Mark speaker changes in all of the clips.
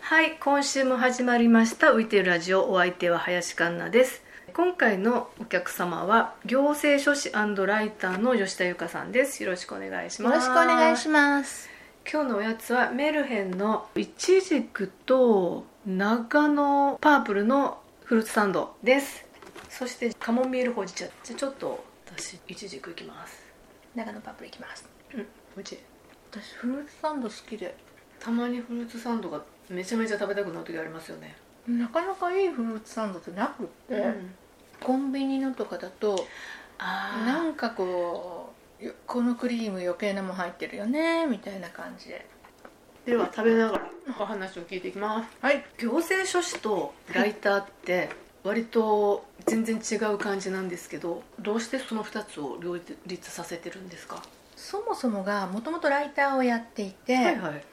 Speaker 1: はい今週も始まりました浮いてるラジオお相手は林環奈です今回のお客様は行政書士ライターの吉田由香さんですよろしくお願いし
Speaker 2: よ
Speaker 1: ます
Speaker 2: ろしくお願いします。
Speaker 1: 今日のおやつはメルヘンのイチジクと長野パープルのフルーツサンドですそしてカモンミールほうじ茶じゃあちょっと私イチジクいきます
Speaker 2: 長野パープルいきます。
Speaker 1: うんおいしい
Speaker 2: 私フルーツサンド好きで、
Speaker 1: たまにフルーツサンドがめちゃめちゃ食べたくなる時ありますよね、
Speaker 2: なかなかいいフルーツサンドってなくって、コンビニのとかだとな
Speaker 1: あ
Speaker 2: んかこうよこのクリーム余計なもん入ってるよねみたいな感じで。
Speaker 1: ーでは食べながらお話を聞いていきます
Speaker 2: はい。
Speaker 1: 行政書士とライターって割と全然違う感じなんですけどどうしてその2つを両立させてるんですか
Speaker 2: そもそもがもともとライターをやっていて、
Speaker 1: はい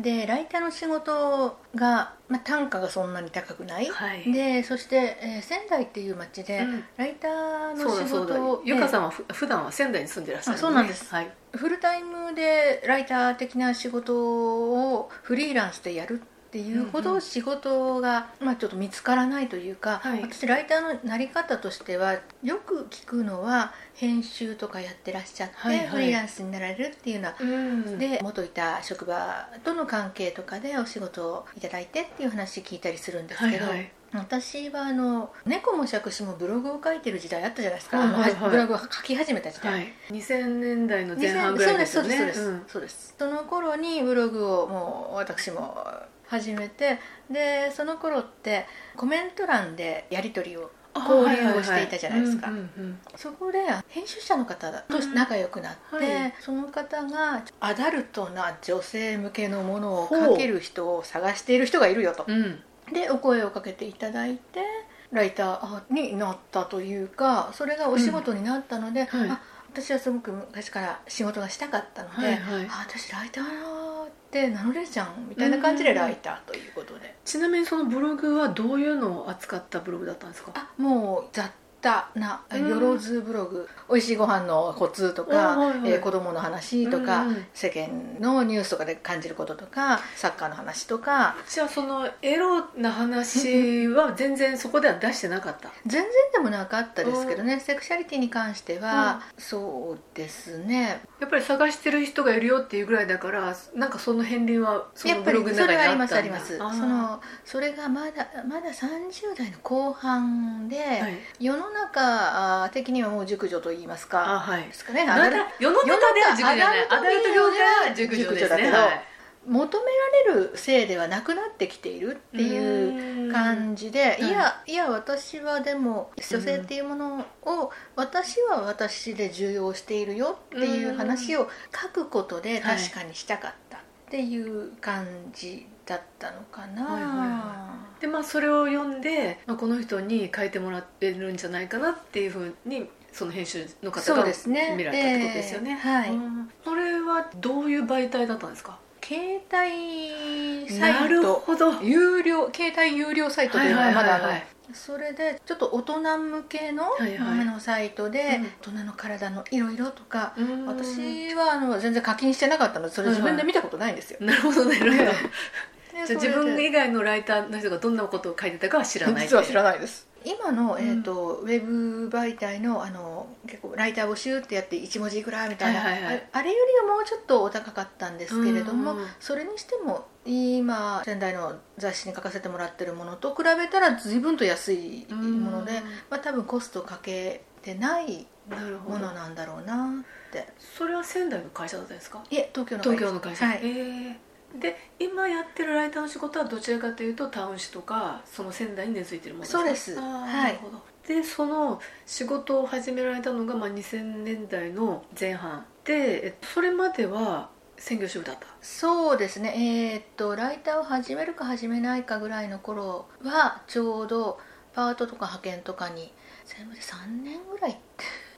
Speaker 2: でライターの仕事が、まあ、単価がそんなに高くない。
Speaker 1: はい
Speaker 2: でそして、えー仙台っていう町で、
Speaker 1: うん
Speaker 2: ライター
Speaker 1: そ
Speaker 2: の
Speaker 1: うだ
Speaker 2: 仕
Speaker 1: そうだ
Speaker 2: 事を
Speaker 1: ゆかさ
Speaker 2: ん
Speaker 1: んはふ普段は仙台に住んでらっしゃる
Speaker 2: あそうなんです
Speaker 1: はい
Speaker 2: フルタイムでライター的な仕事をフリーランスでやるっていうほ
Speaker 1: うんう
Speaker 2: ど
Speaker 1: ん
Speaker 2: 仕事が、まあ、ちょっと見つからないというか、
Speaker 1: はい
Speaker 2: 私ライターのなり方としてはよく聞くのは編集とかやってらっしゃって、
Speaker 1: はいはい
Speaker 2: フリーランスになられるっていうのは、
Speaker 1: うん
Speaker 2: で元いた職場との関係とかでお仕事をいただいてっていう話聞いたりするんです
Speaker 1: は
Speaker 2: け
Speaker 1: い
Speaker 2: ど。
Speaker 1: はい
Speaker 2: 私はあの猫も杓子もブログを書いてる時代あったじゃないですか、
Speaker 1: はいはいはい
Speaker 2: あのブログを書き始めた時代、
Speaker 1: はい2000年代の前半
Speaker 2: 2000
Speaker 1: ぐら
Speaker 2: そ
Speaker 1: いうでよ
Speaker 2: ですすそ
Speaker 1: ね
Speaker 2: うですそうです、
Speaker 1: うん
Speaker 2: そうですその頃にブログをもう私も始めてでその頃ってコメント欄でやり取りを交流をしていたじゃないですか
Speaker 1: あはははうんうんうん
Speaker 2: そこで編集者の方と
Speaker 1: うん
Speaker 2: 仲良くなって、
Speaker 1: はい
Speaker 2: その方がアダルトな女性向けのものを書ける人を探している人がいるよと
Speaker 1: うん
Speaker 2: でお声をかけていただいてライターになったというかそれがお仕事になったので、
Speaker 1: はい
Speaker 2: あ私はすごく昔から仕事がしたかったので、
Speaker 1: はいはい
Speaker 2: あ私ライターって名乗れるじゃんみたいな感じでライターということで、
Speaker 1: ちなみにそのブログはどういうのを扱ったブログだったんですか
Speaker 2: あもう雑多な
Speaker 1: うん
Speaker 2: よろずブログ、美味しいご飯のコツとか、
Speaker 1: あはいはい
Speaker 2: えー子供の話と
Speaker 1: う
Speaker 2: か、
Speaker 1: んうん
Speaker 2: 世間のニュースとかで感じることとかサッカーの話とか
Speaker 1: じゃあそのエロな話は全然そこでは出してなかった
Speaker 2: 全然でもなかったですけどね、セクシャリティに関しては、そうですね
Speaker 1: やっぱり探してる人がいるよっていうぐらいだからなんかその片鱗はそ
Speaker 2: や
Speaker 1: の
Speaker 2: っ
Speaker 1: ブ
Speaker 2: ぱ
Speaker 1: ロ
Speaker 2: り
Speaker 1: グの
Speaker 2: そ
Speaker 1: 中
Speaker 2: れ
Speaker 1: に
Speaker 2: はあり
Speaker 1: あっ
Speaker 2: ますあ
Speaker 1: たん
Speaker 2: り
Speaker 1: だ
Speaker 2: ます
Speaker 1: あー
Speaker 2: そのそれがまだまだ30代の後半で、
Speaker 1: はい
Speaker 2: 世の中的にはもう熟女と言います
Speaker 1: あ
Speaker 2: か
Speaker 1: はい
Speaker 2: ですかね
Speaker 1: まだ世の中では塾女じゃない
Speaker 2: 世の中
Speaker 1: アダルト業では塾女です
Speaker 2: 塾女だ
Speaker 1: ね
Speaker 2: けど求められる性ではなくなってきているっていう
Speaker 1: う
Speaker 2: 感じで、
Speaker 1: うん
Speaker 2: いやいや私はでも女性っていうものを私は私で重要しているよっていう話を書くことで
Speaker 1: はい
Speaker 2: 確かにしたかったっていう感じだったのかな、
Speaker 1: はいはいはでまあそれを読んで、まあ、この人に書いてもらってるんじゃないかなっていうふうにその編集の方
Speaker 2: そ
Speaker 1: が
Speaker 2: うですね
Speaker 1: 見られたってことですよね
Speaker 2: ではい
Speaker 1: うんそれはどういう媒体だったんですか
Speaker 2: 携帯サ
Speaker 1: な
Speaker 2: イ
Speaker 1: る
Speaker 2: ト
Speaker 1: ほどは
Speaker 2: 有料携帯有料サイトというのはまだあのそれでちょっと大人向けの,、
Speaker 1: はいはい
Speaker 2: あのサイトで、
Speaker 1: うん
Speaker 2: 大人の体のいろいろとか、
Speaker 1: うん
Speaker 2: 私はあの全然課金してなかったのでそれ自分で見たことないんですよ、
Speaker 1: なるほどなるほど
Speaker 2: ね
Speaker 1: じゃあ
Speaker 2: で
Speaker 1: 自
Speaker 2: それで
Speaker 1: 分以外のライターの人がどんなことを書いてたかは知らない
Speaker 2: 実は知ら
Speaker 1: ない
Speaker 2: ないです今の、
Speaker 1: ん
Speaker 2: えー、とウェブ媒体のあの結構ライター募集ってやって1文字いくらみたいな、
Speaker 1: はいはいはい
Speaker 2: あれあれよりはもうちょっとお高かったんですけれども
Speaker 1: うん
Speaker 2: それにしても今仙台の雑誌に書かせてもらってるものと比べたら随分と安いもので、
Speaker 1: うん
Speaker 2: まあ、多分コストかけてない
Speaker 1: なるほ
Speaker 2: も
Speaker 1: ど
Speaker 2: のなんだろうなって
Speaker 1: それは仙台の会社だったんですか
Speaker 2: いえ東京の
Speaker 1: 東京の会社、
Speaker 2: はい、
Speaker 1: えーで今やってるライターの仕事はどちらかというとタウン誌とかその仙台に根付いてるもの
Speaker 2: そうです
Speaker 1: あー
Speaker 2: はい
Speaker 1: なるほどでその仕事を始められたのが、まあ、2000年代の前半でえっとそれまでは専業主婦だった
Speaker 2: そうですねえーっとライターを始めるか始めないかぐらいの頃はちょうどパートとか派遣とかに全部で3年ぐらい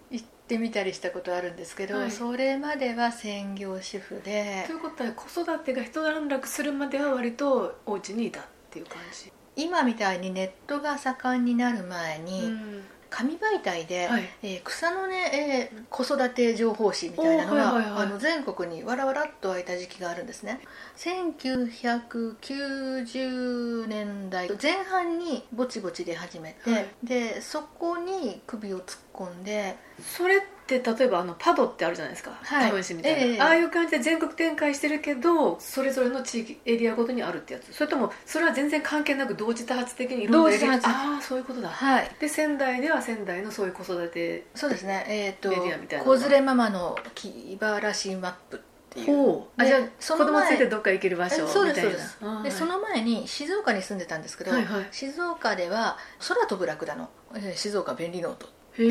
Speaker 2: 行ってみたりしたことあるんですけど、
Speaker 1: はい
Speaker 2: それまでは専業主婦で
Speaker 1: ということは子育てが一段落するまでは割とお家にいたっていう感じ、
Speaker 2: 今みたいにネットが盛んになる前に、
Speaker 1: うん
Speaker 2: 必紙媒体で、
Speaker 1: はい
Speaker 2: えー草のね、えー子育て情報誌みたいなのが、
Speaker 1: おーはいはいはい
Speaker 2: あの全国にわらわらっと湧いた時期があるんですね1990年代前半にぼちぼち出始めて、
Speaker 1: はい
Speaker 2: でそこに首を突っ込んで
Speaker 1: それって例えばあのパドってあるじゃないですか、
Speaker 2: はい
Speaker 1: 株主みたいな、
Speaker 2: ええ
Speaker 1: ああいう感じで全国展開してるけどそれぞれの地域エリアごとにあるってやつそれともそれは全然関係なく同時多発的にいろんなエリア
Speaker 2: 同時多
Speaker 1: ああそういうことだ
Speaker 2: はい
Speaker 1: で仙台では仙台のそういう子育て
Speaker 2: そうですねえっ、と
Speaker 1: メディアみたいなの
Speaker 2: 子
Speaker 1: が
Speaker 2: 連れママの気晴らしマップっていう
Speaker 1: ほうあ
Speaker 2: で
Speaker 1: じゃあ
Speaker 2: そ
Speaker 1: 子
Speaker 2: の
Speaker 1: 供つ
Speaker 2: 前
Speaker 1: いてどっか行ける場所
Speaker 2: えそう
Speaker 1: み
Speaker 2: です
Speaker 1: たいな
Speaker 2: そうです
Speaker 1: あー
Speaker 2: でそ
Speaker 1: は
Speaker 2: の前に静岡に住んでたんですけど、
Speaker 1: はいはい
Speaker 2: 静岡では空飛ぶラクダのえー静岡便利ノート
Speaker 1: いへえ、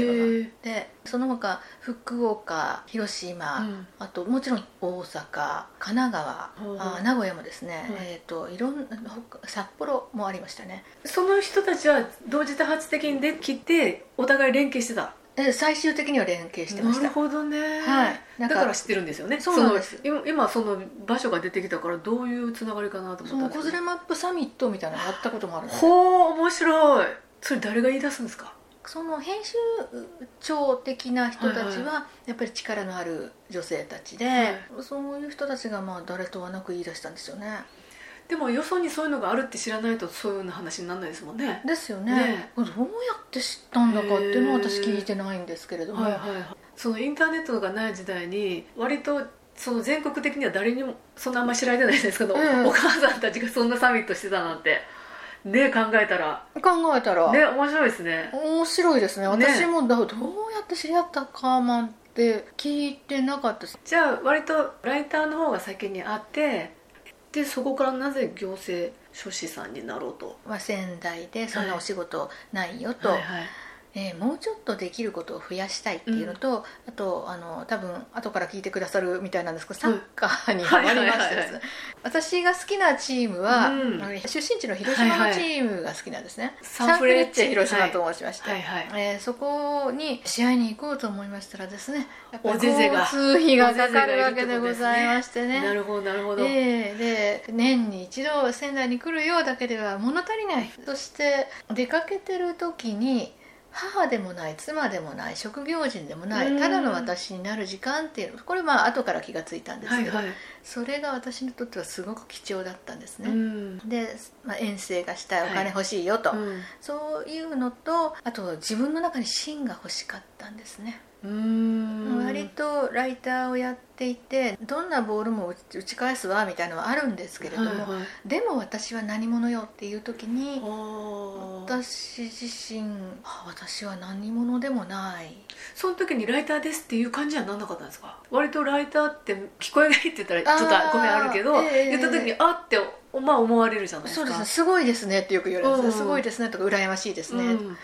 Speaker 2: でその他福岡広島、
Speaker 1: うん
Speaker 2: あともちろん大阪神奈川、
Speaker 1: ほう
Speaker 2: あー名古屋もですね、
Speaker 1: はい
Speaker 2: えっ、といろんほ札幌もありましたね
Speaker 1: その人たちは同時多発的にできてお互い連携してた
Speaker 2: で最終的には連携してまし
Speaker 1: な
Speaker 2: た
Speaker 1: るほどね
Speaker 2: はい
Speaker 1: だ
Speaker 2: なんか
Speaker 1: から知ってるんですよね
Speaker 2: そうなんです
Speaker 1: その今今その場所が出てきたからどういうつながりかなと
Speaker 2: そ
Speaker 1: 思
Speaker 2: の
Speaker 1: った
Speaker 2: 子
Speaker 1: ん
Speaker 2: 連
Speaker 1: です
Speaker 2: れ
Speaker 1: け
Speaker 2: マップサミットみたいなのやったこともあるん
Speaker 1: ど
Speaker 2: です
Speaker 1: ほう面白いそれ誰が言い出すんですか
Speaker 2: その編集長的な人た
Speaker 1: はい
Speaker 2: ち
Speaker 1: は
Speaker 2: はやっぱり力のある女性たちで、
Speaker 1: はい
Speaker 2: そういう人たちがまあ誰とはなく言い出したんですよね。
Speaker 1: でもよそにそういうのがあるって知らないとそういうような話にならないですもんね
Speaker 2: ですよね
Speaker 1: ね
Speaker 2: どうやって知ったんだかっていうのは私聞いてないんですけれども、
Speaker 1: はいはいはいそのインターネットがない時代に割とその全国的には誰にもそんなあんま知られてないじゃないですけど、
Speaker 2: うん
Speaker 1: お母さんたちがそんなサミットしてたなんてね考えたら
Speaker 2: 考えたら、
Speaker 1: ね面白いですね
Speaker 2: 面白いですね
Speaker 1: ね
Speaker 2: 私もだどうやって知り合ったかなんて聞いてなかったし
Speaker 1: じゃあ割とライターの方が先にあってでそこからなぜ行政書士さんになろうと
Speaker 2: まあ仙台でそんなお仕事ないよと、
Speaker 1: はいはい
Speaker 2: えーもうちょっとできることを増やしたいっていうのと、あとあの多分後から聞いてくださるみたいなんですけどサッカーにハマりまし
Speaker 1: は
Speaker 2: て
Speaker 1: い
Speaker 2: で
Speaker 1: はい
Speaker 2: す
Speaker 1: はい
Speaker 2: ね私が好きなチームは、
Speaker 1: うん
Speaker 2: あの出身地の広島のチームが好きなんですね、
Speaker 1: サンフレッチェ
Speaker 2: サンフレ広島と申しまして、
Speaker 1: はいはい
Speaker 2: えーそこに試合に行こうと思いましたらですねやっぱり
Speaker 1: おぜぜが
Speaker 2: 交通費がかかるわけでございましてね
Speaker 1: なるほどなるほど、
Speaker 2: ええで年に一度仙台に来るようだけでは物足りないそして出かけてる時に母でもない妻でもない職業人でもな
Speaker 1: う
Speaker 2: い
Speaker 1: ん
Speaker 2: ただの私になる時間っていうのこれまあ後から気がついたんです
Speaker 1: は
Speaker 2: け
Speaker 1: い
Speaker 2: ど、
Speaker 1: はい、
Speaker 2: それが私にとってはすごく貴重だったんです
Speaker 1: う
Speaker 2: ね、
Speaker 1: ん、
Speaker 2: で、まあ、遠征がしたいお
Speaker 1: はい
Speaker 2: 金欲しいよと、
Speaker 1: うん
Speaker 2: そういうのとあと自分の中に芯が欲しかったんですね
Speaker 1: うーん
Speaker 2: 割とライターをやっていてどんなボールも打ち打ち返すわみたいなのはあるんですけれども、
Speaker 1: はいはい
Speaker 2: でも私は何者よっていう時に
Speaker 1: おー
Speaker 2: 私自身あ私は何者でもない
Speaker 1: その時にライターですっていう感じはなんなかったんですか割とライターって聞こえがいいって言ったら
Speaker 2: あー
Speaker 1: ちょっと声あるけど、
Speaker 2: ええ
Speaker 1: 言った時にあっておまあ思われるじゃないです
Speaker 2: そ
Speaker 1: か
Speaker 2: うですねすごいですねってよく言われます、
Speaker 1: うん
Speaker 2: すごいですねとか羨ましいですね、
Speaker 1: うん、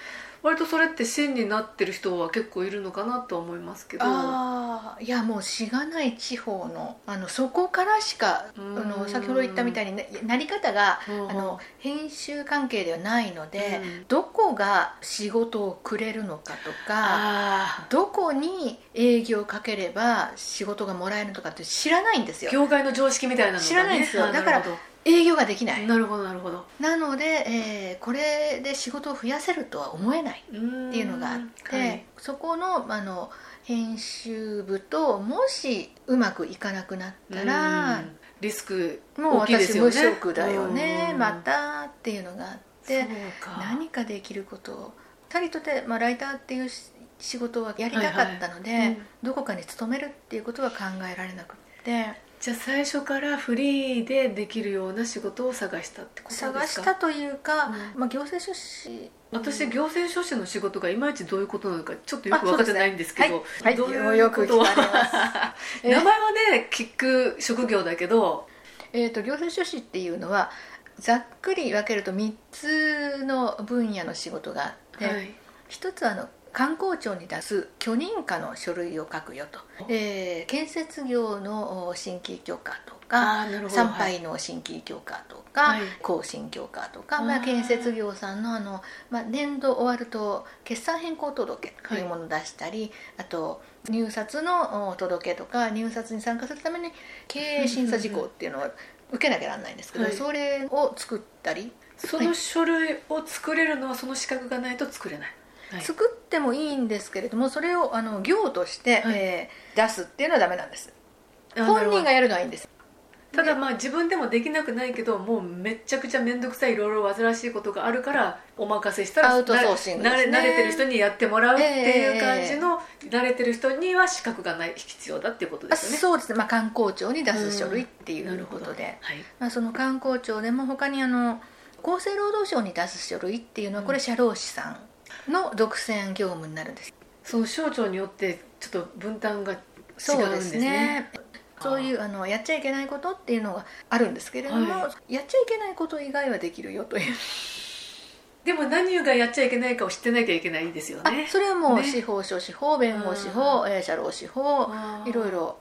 Speaker 1: 割とそれって芯になってる人は結構いるのかなとは思いますけど
Speaker 2: ああいやもうしがない地方のあのそこからしかあ
Speaker 1: うん
Speaker 2: の先ほど言ったみたいにねなり方が
Speaker 1: うん
Speaker 2: あの編集関係ではないので
Speaker 1: うん
Speaker 2: どこが仕事をくれるのかとか
Speaker 1: あ
Speaker 2: どこに営業かければ仕事がもらえるのかって知らないんです
Speaker 1: ー
Speaker 2: よ
Speaker 1: 業界の常識みたいなのが、ね、
Speaker 2: 知らないんですよ
Speaker 1: あー
Speaker 2: だから
Speaker 1: なる
Speaker 2: 営業ができな
Speaker 1: ほ
Speaker 2: い
Speaker 1: どなるほどなるほど
Speaker 2: なので、えーこれで仕事を増やせるとは思えない
Speaker 1: っ
Speaker 2: っていうのがあって、
Speaker 1: はい
Speaker 2: そこのあの編集部ともしうまくいかなくなったら
Speaker 1: うんリスク
Speaker 2: もう
Speaker 1: 大きいです
Speaker 2: 私
Speaker 1: よね
Speaker 2: 無職だよね
Speaker 1: うん
Speaker 2: またっていうのがあっ
Speaker 1: で
Speaker 2: て何かできることをたりとて、まあ、ライターっていうし仕事はやりたかったので、
Speaker 1: はいはいうん
Speaker 2: どこかに勤めるっていうことは考えられなくって。
Speaker 1: じゃあ最初からフリーでできるような仕事を探したってことですか
Speaker 2: 探したというか、
Speaker 1: う
Speaker 2: まあ、行政書士
Speaker 1: 私行政書士の仕事がいまいちどういうことなのかちょっとよく分かってないんですけど
Speaker 2: はい、
Speaker 1: どう
Speaker 2: はい、
Speaker 1: いう
Speaker 2: よ
Speaker 1: こ
Speaker 2: く聞
Speaker 1: と
Speaker 2: かれます え
Speaker 1: 名前はね聞く職業だけど
Speaker 2: えーと行政書士っていうのはざっくり分けると3つの分野の仕事があって、
Speaker 1: はい
Speaker 2: 一つはあの観光庁に出す許認可の書類を書くよと、えー建設業のお新規許可とか
Speaker 1: あーなるほど
Speaker 2: 参拝の新規許可と
Speaker 1: は
Speaker 2: か
Speaker 1: い
Speaker 2: 更新許可とか、ま
Speaker 1: あ
Speaker 2: あ、
Speaker 1: ー
Speaker 2: 建設業さんのあの、まあ、年度終わると決算変更届というものを出したり、あと入札のお届けとか入札に参加するために経営審査事項っていうのを受けなきゃならないんですけど、
Speaker 1: はい
Speaker 2: それを作ったり
Speaker 1: その書類を作れるのはその資格がないと作れない、はい
Speaker 2: 作っってもいいんですけれどもそれをあの行として、
Speaker 1: はい
Speaker 2: えー出すっていうのはダメなんです
Speaker 1: あ
Speaker 2: 本人
Speaker 1: な
Speaker 2: が
Speaker 1: る
Speaker 2: やるのはいいんです
Speaker 1: ほどただまあ自分でもできなくないけどもうめちゃくちゃ面倒くさいいろいろ煩わしいことがあるからお任せしたら
Speaker 2: アウトソーシング
Speaker 1: な
Speaker 2: ですね
Speaker 1: 慣れ慣れてる人にやってもらうっていう感じの、慣れてる人には資格がない必要だっていうこと
Speaker 2: あ
Speaker 1: ですよね。
Speaker 2: そうですね、まあ、観光庁に出す書類ってい
Speaker 1: な
Speaker 2: う
Speaker 1: る
Speaker 2: こ
Speaker 1: ほど
Speaker 2: とで、
Speaker 1: はい
Speaker 2: まあ、その観光庁でも他にあの厚生労働省に出す書類っていうのはこれ
Speaker 1: うん
Speaker 2: 社労士さんの独占業務になるんです
Speaker 1: そう省庁によってちょっと分担が違
Speaker 2: そう
Speaker 1: うん
Speaker 2: で
Speaker 1: ですす
Speaker 2: ね
Speaker 1: ね。
Speaker 2: そういうあのやっちゃいけないことっていうのがあるんですけれども、
Speaker 1: は
Speaker 2: やっちゃいけないこと以外はできるよという、
Speaker 1: でも何がやっちゃいけないかを知ってなきゃいけないですよ
Speaker 2: あ
Speaker 1: ね。
Speaker 2: それはもう
Speaker 1: ね
Speaker 2: 司法書司法弁護士法、えー社労士法
Speaker 1: あー
Speaker 2: いろいろ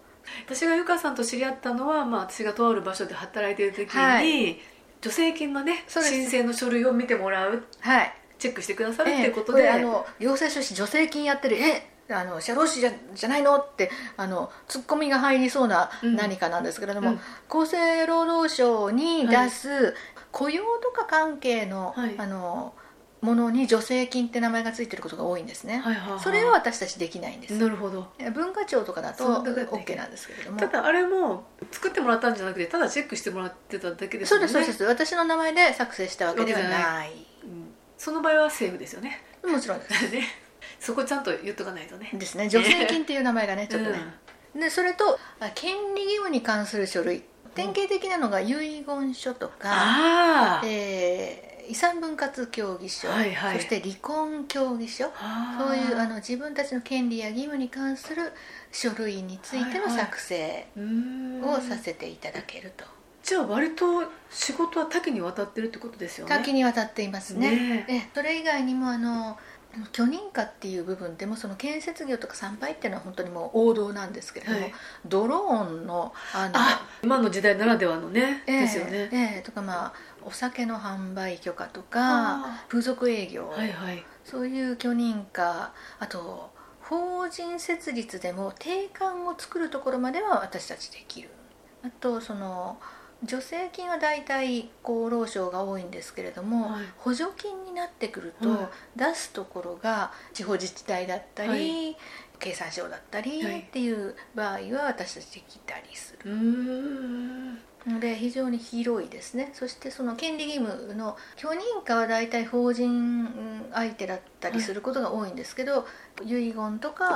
Speaker 1: 私がゆかさんと知り合ったのは、まあ、私がとある場所で働いてる時に、
Speaker 2: はい
Speaker 1: 助成金のね
Speaker 2: そうで
Speaker 1: 申
Speaker 2: す
Speaker 1: 請の書類を見てもらう
Speaker 2: はい
Speaker 1: チェックしてくださるっていうこと
Speaker 2: え
Speaker 1: で、
Speaker 2: えこれあの行政書士助成金やってるえあの社労士じゃじゃないのってあのツッコミが入りそうな
Speaker 1: うん
Speaker 2: 何かなんですけれど
Speaker 1: う
Speaker 2: も、
Speaker 1: ん
Speaker 2: 厚生労働省に出す雇用とか関係の,、
Speaker 1: はい
Speaker 2: あのものに助成金って名前がついてることが多いんですね、
Speaker 1: はいはいはい
Speaker 2: それは私たちできないんです
Speaker 1: なるほど
Speaker 2: 文化庁とかだと
Speaker 1: そういうことができる
Speaker 2: OK なんですけれども
Speaker 1: ただあれも作ってもらったんじゃなくてただチェックしてもらってただけです
Speaker 2: そ
Speaker 1: も
Speaker 2: うん
Speaker 1: ね
Speaker 2: ですそうです私の名前で作成したわけでは
Speaker 1: わけじゃ
Speaker 2: ない
Speaker 1: うんその場合はセーフですよね
Speaker 2: もちろんです
Speaker 1: ねそこちゃんと言っとかないとね
Speaker 2: ですね助成金っていう名前がねちょっとね、でそれとあ権利義務に関する書類典型的なのが遺言書と
Speaker 1: うん
Speaker 2: か、
Speaker 1: あー
Speaker 2: えー遺産分割協議書、
Speaker 1: はいはい
Speaker 2: そして離婚協議書
Speaker 1: あー
Speaker 2: そういうあの自分たちの権利や義務に関する書類についての
Speaker 1: はいはい
Speaker 2: 作成
Speaker 1: うーん
Speaker 2: をさせていただけると、
Speaker 1: じゃあ割と仕事は多岐にわたってるってことですよね
Speaker 2: 多岐にわたっていますね
Speaker 1: ね
Speaker 2: えそれ以外にもあの許認可っていう部分でもその建設業とか参拝っていうのは本当にもう王道なんですけれども、
Speaker 1: はい
Speaker 2: ドローンのあの
Speaker 1: あ今の時代ならではのね、
Speaker 2: ええ
Speaker 1: ですよね、
Speaker 2: ええとかまあお酒の販売許可とか
Speaker 1: あ
Speaker 2: 風俗営業、
Speaker 1: ーはいはい
Speaker 2: そういう許認可あと法人設立でも定款を作るところまでは私たちできるあとその助成金は大体厚労省が多いんですけれども、
Speaker 1: はい
Speaker 2: 補助金になってくると、
Speaker 1: は
Speaker 2: 出すところが地方自治体だったり、
Speaker 1: は
Speaker 2: 経産省だったり
Speaker 1: はい
Speaker 2: っていう場合は私たちできたりする。
Speaker 1: うーん
Speaker 2: ので非常に広いですねそしてその権利義務の許認可は大体法人うん相手だったりすることが多いんですけど、遺言とか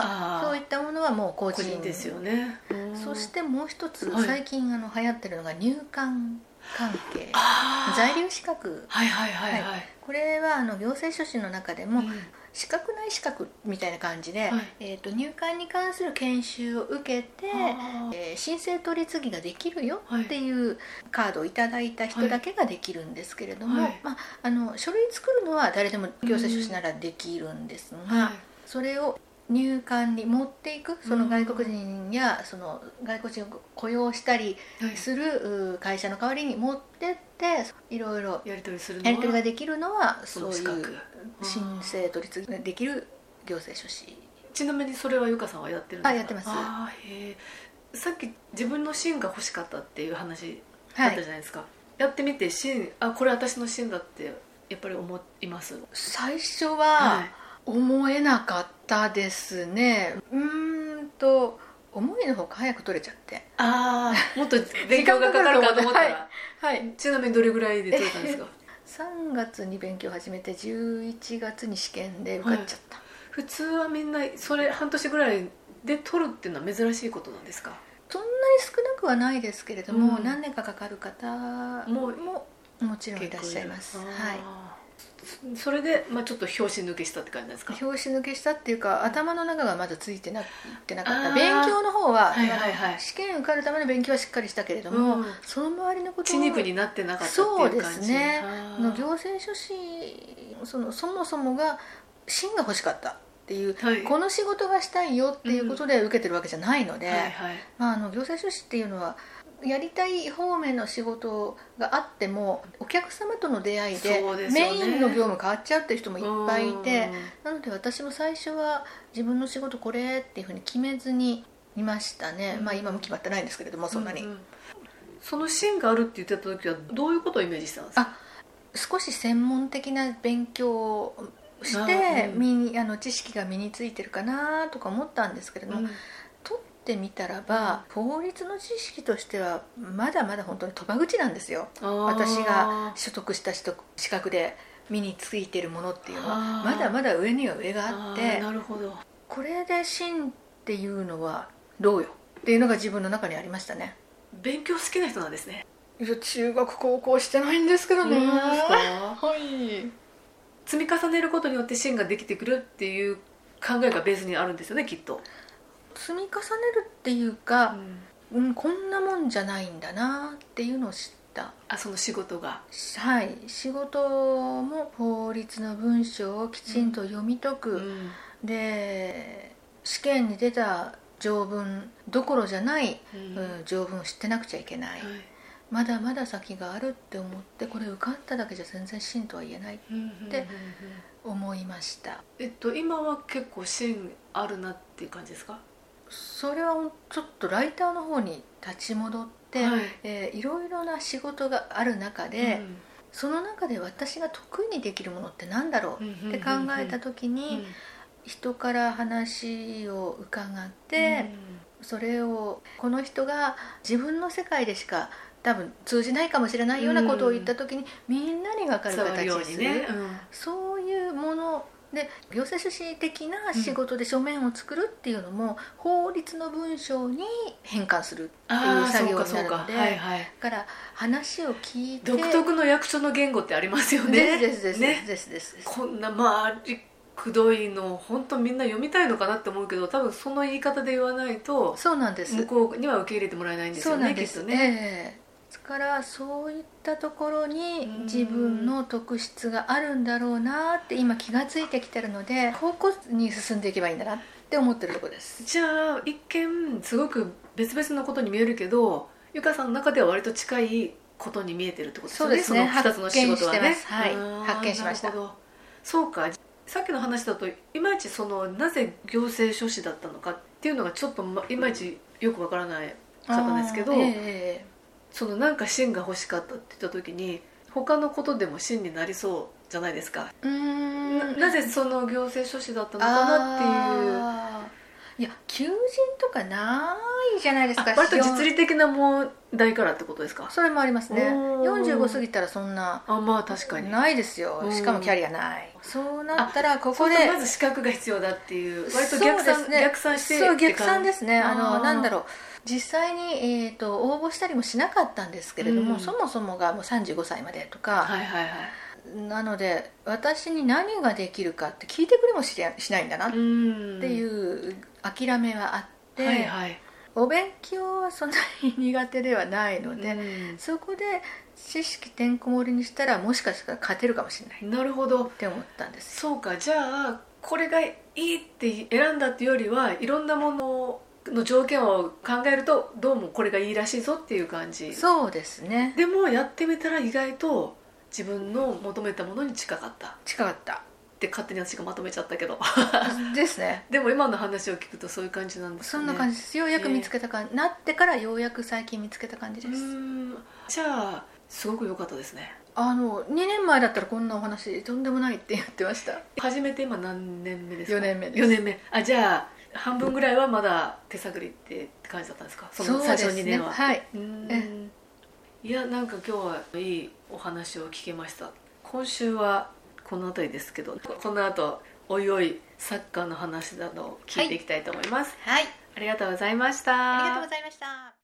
Speaker 1: あー
Speaker 2: そういったものはもう個
Speaker 1: 個
Speaker 2: 人
Speaker 1: 人ですよね
Speaker 2: そしててもう一つ、
Speaker 1: はい
Speaker 2: 最近あの流行ってるのが入管関係
Speaker 1: あー
Speaker 2: 在留資格
Speaker 1: はいはいはいはい、
Speaker 2: これはあの行政書士の中でも
Speaker 1: うん
Speaker 2: 資格ない資格みたいな感じで、
Speaker 1: はい
Speaker 2: えー、と入管に関する研修を受けて
Speaker 1: あー
Speaker 2: えー申請取り次ぎができるよっていうカードをいただいた人だけができるんですけれども、
Speaker 1: はい
Speaker 2: まあ、あの書類作るのは誰でも行政書士ならできるんですが、
Speaker 1: はい
Speaker 2: それを入管に持っていくその外国人やその外国人を雇用したり
Speaker 1: はい
Speaker 2: するう会社の代わりに持ってっていろいろ
Speaker 1: やり取りするのは
Speaker 2: やり取りができるのはそうい
Speaker 1: その資
Speaker 2: う
Speaker 1: 格
Speaker 2: 申請取り次ぎができる行政書士
Speaker 1: ちなみにそれはゆかさんはやってるんですか
Speaker 2: あやってます
Speaker 1: あーへーさっき自分の芯が欲しかったっていう話あ
Speaker 2: は
Speaker 1: った
Speaker 2: い
Speaker 1: じゃないですか、やってみて芯あこれ私の芯だってやっぱり思います
Speaker 2: 最初は、
Speaker 1: い
Speaker 2: 思えなかったですねうーんと思いのほか早く取れちゃって
Speaker 1: ああもっと勉強がかかるかと思ったら、
Speaker 2: はい
Speaker 1: ちなみにどれぐらいで取れたんですか
Speaker 2: 3月に勉強始めて11月に試験で受かっちゃった、
Speaker 1: 普通はみんなそれ半年ぐらいで取るっていうのは珍しいことなんですか
Speaker 2: そんなに少なくはないですけれども、
Speaker 1: うん
Speaker 2: 何年かかかる方も
Speaker 1: も
Speaker 2: もちろんいらっしゃいます
Speaker 1: 結構
Speaker 2: はい
Speaker 1: るあーそそれで、まあ、ちょっと拍子抜けしたって感じなんですか
Speaker 2: 表紙抜けしたっていうか頭の中がまだついてなってなかっ
Speaker 1: あ
Speaker 2: た
Speaker 1: ー
Speaker 2: 勉強の方は、
Speaker 1: はいはいはい
Speaker 2: 試験受かるための勉強はしっかりしたけれども、
Speaker 1: うん
Speaker 2: その周りのこと
Speaker 1: 血肉になってなかったっていう感じ
Speaker 2: そうですね
Speaker 1: あー
Speaker 2: の行政書士そのそもそもが芯が欲しかったっていう、
Speaker 1: はい
Speaker 2: この仕事がしたいよっていうことで受けてるわけじゃないので、
Speaker 1: はいはい
Speaker 2: まあ、あの行政書士っていうのはやりたい方面の仕事があってもお客様との出会いで
Speaker 1: そうですよ
Speaker 2: メ
Speaker 1: ね
Speaker 2: インの業務変わっちゃうっていう人もいっぱいいて
Speaker 1: うん
Speaker 2: なので私も最初は自分の仕事これっていうふうに決めずにいましたね、まあ今も決まってないんですけれどもそんなに、
Speaker 1: ううその芯があるって言ってた時はどういうことをイメージしたんですか
Speaker 2: あ少し専門的な勉強し
Speaker 1: あ
Speaker 2: て、
Speaker 1: うん
Speaker 2: 身にあの知識が身についてるかなとか思ったんですけれども、
Speaker 1: うん
Speaker 2: 取ってみたらば法律の知識としてはまだまだ本当に賭場口なんですよ
Speaker 1: あー
Speaker 2: 私が所得した取得資格で身についてるものっていうのは
Speaker 1: あー
Speaker 2: まだまだ上には上があっ
Speaker 1: ー
Speaker 2: て
Speaker 1: なるほど
Speaker 2: これで真っていうのはどうよっていうのが自分の中にありましたね
Speaker 1: 勉強好きな人なんですね
Speaker 2: いや中学高校してないんですけどね
Speaker 1: 本当ですか
Speaker 2: はい
Speaker 1: 積み重ねることによって芯ができてくるっていう考えがベースにあるんですよねきっと、
Speaker 2: 積み重ねるっていうか、うん、こんなもんじゃないんだなっていうのを知った
Speaker 1: あその仕事が
Speaker 2: はい仕事も法律の文章をきちんと読み解く、
Speaker 1: ん
Speaker 2: で試験に出た条文どころじゃない、
Speaker 1: うん
Speaker 2: うん条文を知ってなくちゃいけない、
Speaker 1: はい
Speaker 2: まだまだ先があるって思ってこれ受かっただけじゃ全然真とは言えない
Speaker 1: で、
Speaker 2: 思いました
Speaker 1: えっと今は結構芯あるなっていう感じですか
Speaker 2: それはちょっとライターの方に立ち戻って、
Speaker 1: はい
Speaker 2: えーいろいろな仕事がある中で、その中で私が得意にできるものってなんだろう
Speaker 1: っ
Speaker 2: って考えた時に、
Speaker 1: に
Speaker 2: 人から話を伺って、それをこの人が自分の世界でしか多分通じないかもしれないようなことを言った時に、みんなに分かる
Speaker 1: 伝わる
Speaker 2: 形
Speaker 1: よう
Speaker 2: に
Speaker 1: に
Speaker 2: する
Speaker 1: ね、
Speaker 2: そういうもので行政書士的な仕事で書面を作るっていうのも、法律の文章に変換する
Speaker 1: ああ
Speaker 2: って
Speaker 1: そ
Speaker 2: い
Speaker 1: う
Speaker 2: う作業
Speaker 1: か
Speaker 2: に
Speaker 1: そ
Speaker 2: な
Speaker 1: う
Speaker 2: る
Speaker 1: か
Speaker 2: ので
Speaker 1: はいはい
Speaker 2: だから話を聞いて
Speaker 1: 独特の役所の言語ってありますよね
Speaker 2: ですですです
Speaker 1: ね
Speaker 2: ですですです
Speaker 1: こんな回りくどいの本当みんな読みたいのかなって思うけど多分その言い方で言わないと
Speaker 2: そうなんです
Speaker 1: 向こうには受け入れてもらえないんです
Speaker 2: そう
Speaker 1: よ
Speaker 2: な
Speaker 1: ね
Speaker 2: んで
Speaker 1: きっと
Speaker 2: す
Speaker 1: ね
Speaker 2: ね。ですからそういったところに
Speaker 1: うん
Speaker 2: 自分の特質があるんだろうなって今気がついてきてるので方向に進んでいけばいいんだなって思ってるところです。
Speaker 1: じゃあ一見すごく別々のことに見えるけどゆかさんの中では割と近いことに見えてるってことですよね
Speaker 2: そうですね
Speaker 1: その2つの仕事は
Speaker 2: 発見
Speaker 1: ね
Speaker 2: してますはい
Speaker 1: あー
Speaker 2: 発見しました
Speaker 1: なるほどそうかさっきの話だといまいちそのなぜ行政書士だったのかっていうのがちょっとまいまいちよくわからない方ですけど、
Speaker 2: あーえ
Speaker 1: そのなんか芯が欲しかったって言った時に他のことでも芯になりそうじゃないですか、
Speaker 2: えうーん
Speaker 1: ななぜその行政書士だったのかなっていう
Speaker 2: あーいや求人とかないじゃないですか
Speaker 1: あ割と実利的な問題からってことですか
Speaker 2: それもありますね
Speaker 1: おー
Speaker 2: 45過ぎたらそんな
Speaker 1: あまあ確かに
Speaker 2: ないですよ
Speaker 1: うん
Speaker 2: しかもキャリアないそうなったらこ
Speaker 1: そ
Speaker 2: こ
Speaker 1: う
Speaker 2: で
Speaker 1: するとまず資格が必要だっていう割と逆
Speaker 2: そう
Speaker 1: 算、
Speaker 2: ですね
Speaker 1: 逆算して
Speaker 2: そう逆算ですねあ
Speaker 1: あ
Speaker 2: の
Speaker 1: ー
Speaker 2: なんだろう実際に、えー、と応募したりもしなかったんですけれど
Speaker 1: う
Speaker 2: も、
Speaker 1: ん
Speaker 2: そもそもがもう35歳までとか、
Speaker 1: はいはいはい
Speaker 2: なので私に何ができるかって聞いてくれもしれしないんだなっ
Speaker 1: うん
Speaker 2: ていう諦めはあって、
Speaker 1: はいはい
Speaker 2: お勉強はそんなに苦手ではないので、
Speaker 1: うん
Speaker 2: そこで知識てんこ盛りにしたらもしかしたら勝てるかもしれないっ
Speaker 1: なるほど
Speaker 2: て思ったんです
Speaker 1: そうかじゃあこれがいいって選んだっていうよりはいろんなものの条件を考えるとどうもこれがいいらしいぞっていう感じ
Speaker 2: そうですね
Speaker 1: でもやってみたら意外と自分の求めたものに近かったっ
Speaker 2: 近かった
Speaker 1: て勝手に私がまとめちゃったけど
Speaker 2: ですね
Speaker 1: でも今の話を聞くとそういう感じなんです
Speaker 2: そんな感
Speaker 1: じ
Speaker 2: じです、ようやく見つけた感じ、なってからようやく最近見つけた感じ
Speaker 1: う
Speaker 2: です、
Speaker 1: んじゃあすごく良かったですね
Speaker 2: あの2年前だったらこんなお話とんでもないって言ってました
Speaker 1: 初めて今何年目ですか
Speaker 2: 四年目です
Speaker 1: 4年目あじゃあ半分ぐらいはまだ手探りって感じだったんですかその最初の2年は
Speaker 2: そうですね
Speaker 1: う
Speaker 2: はい、え
Speaker 1: んいやなんか今日はいいお話を聞けました今週はこの辺りですけどこの後おいおいサッカーの話などを聞いていきたいと思います、
Speaker 2: はい、
Speaker 1: ありがとうございました
Speaker 2: ありがとうございました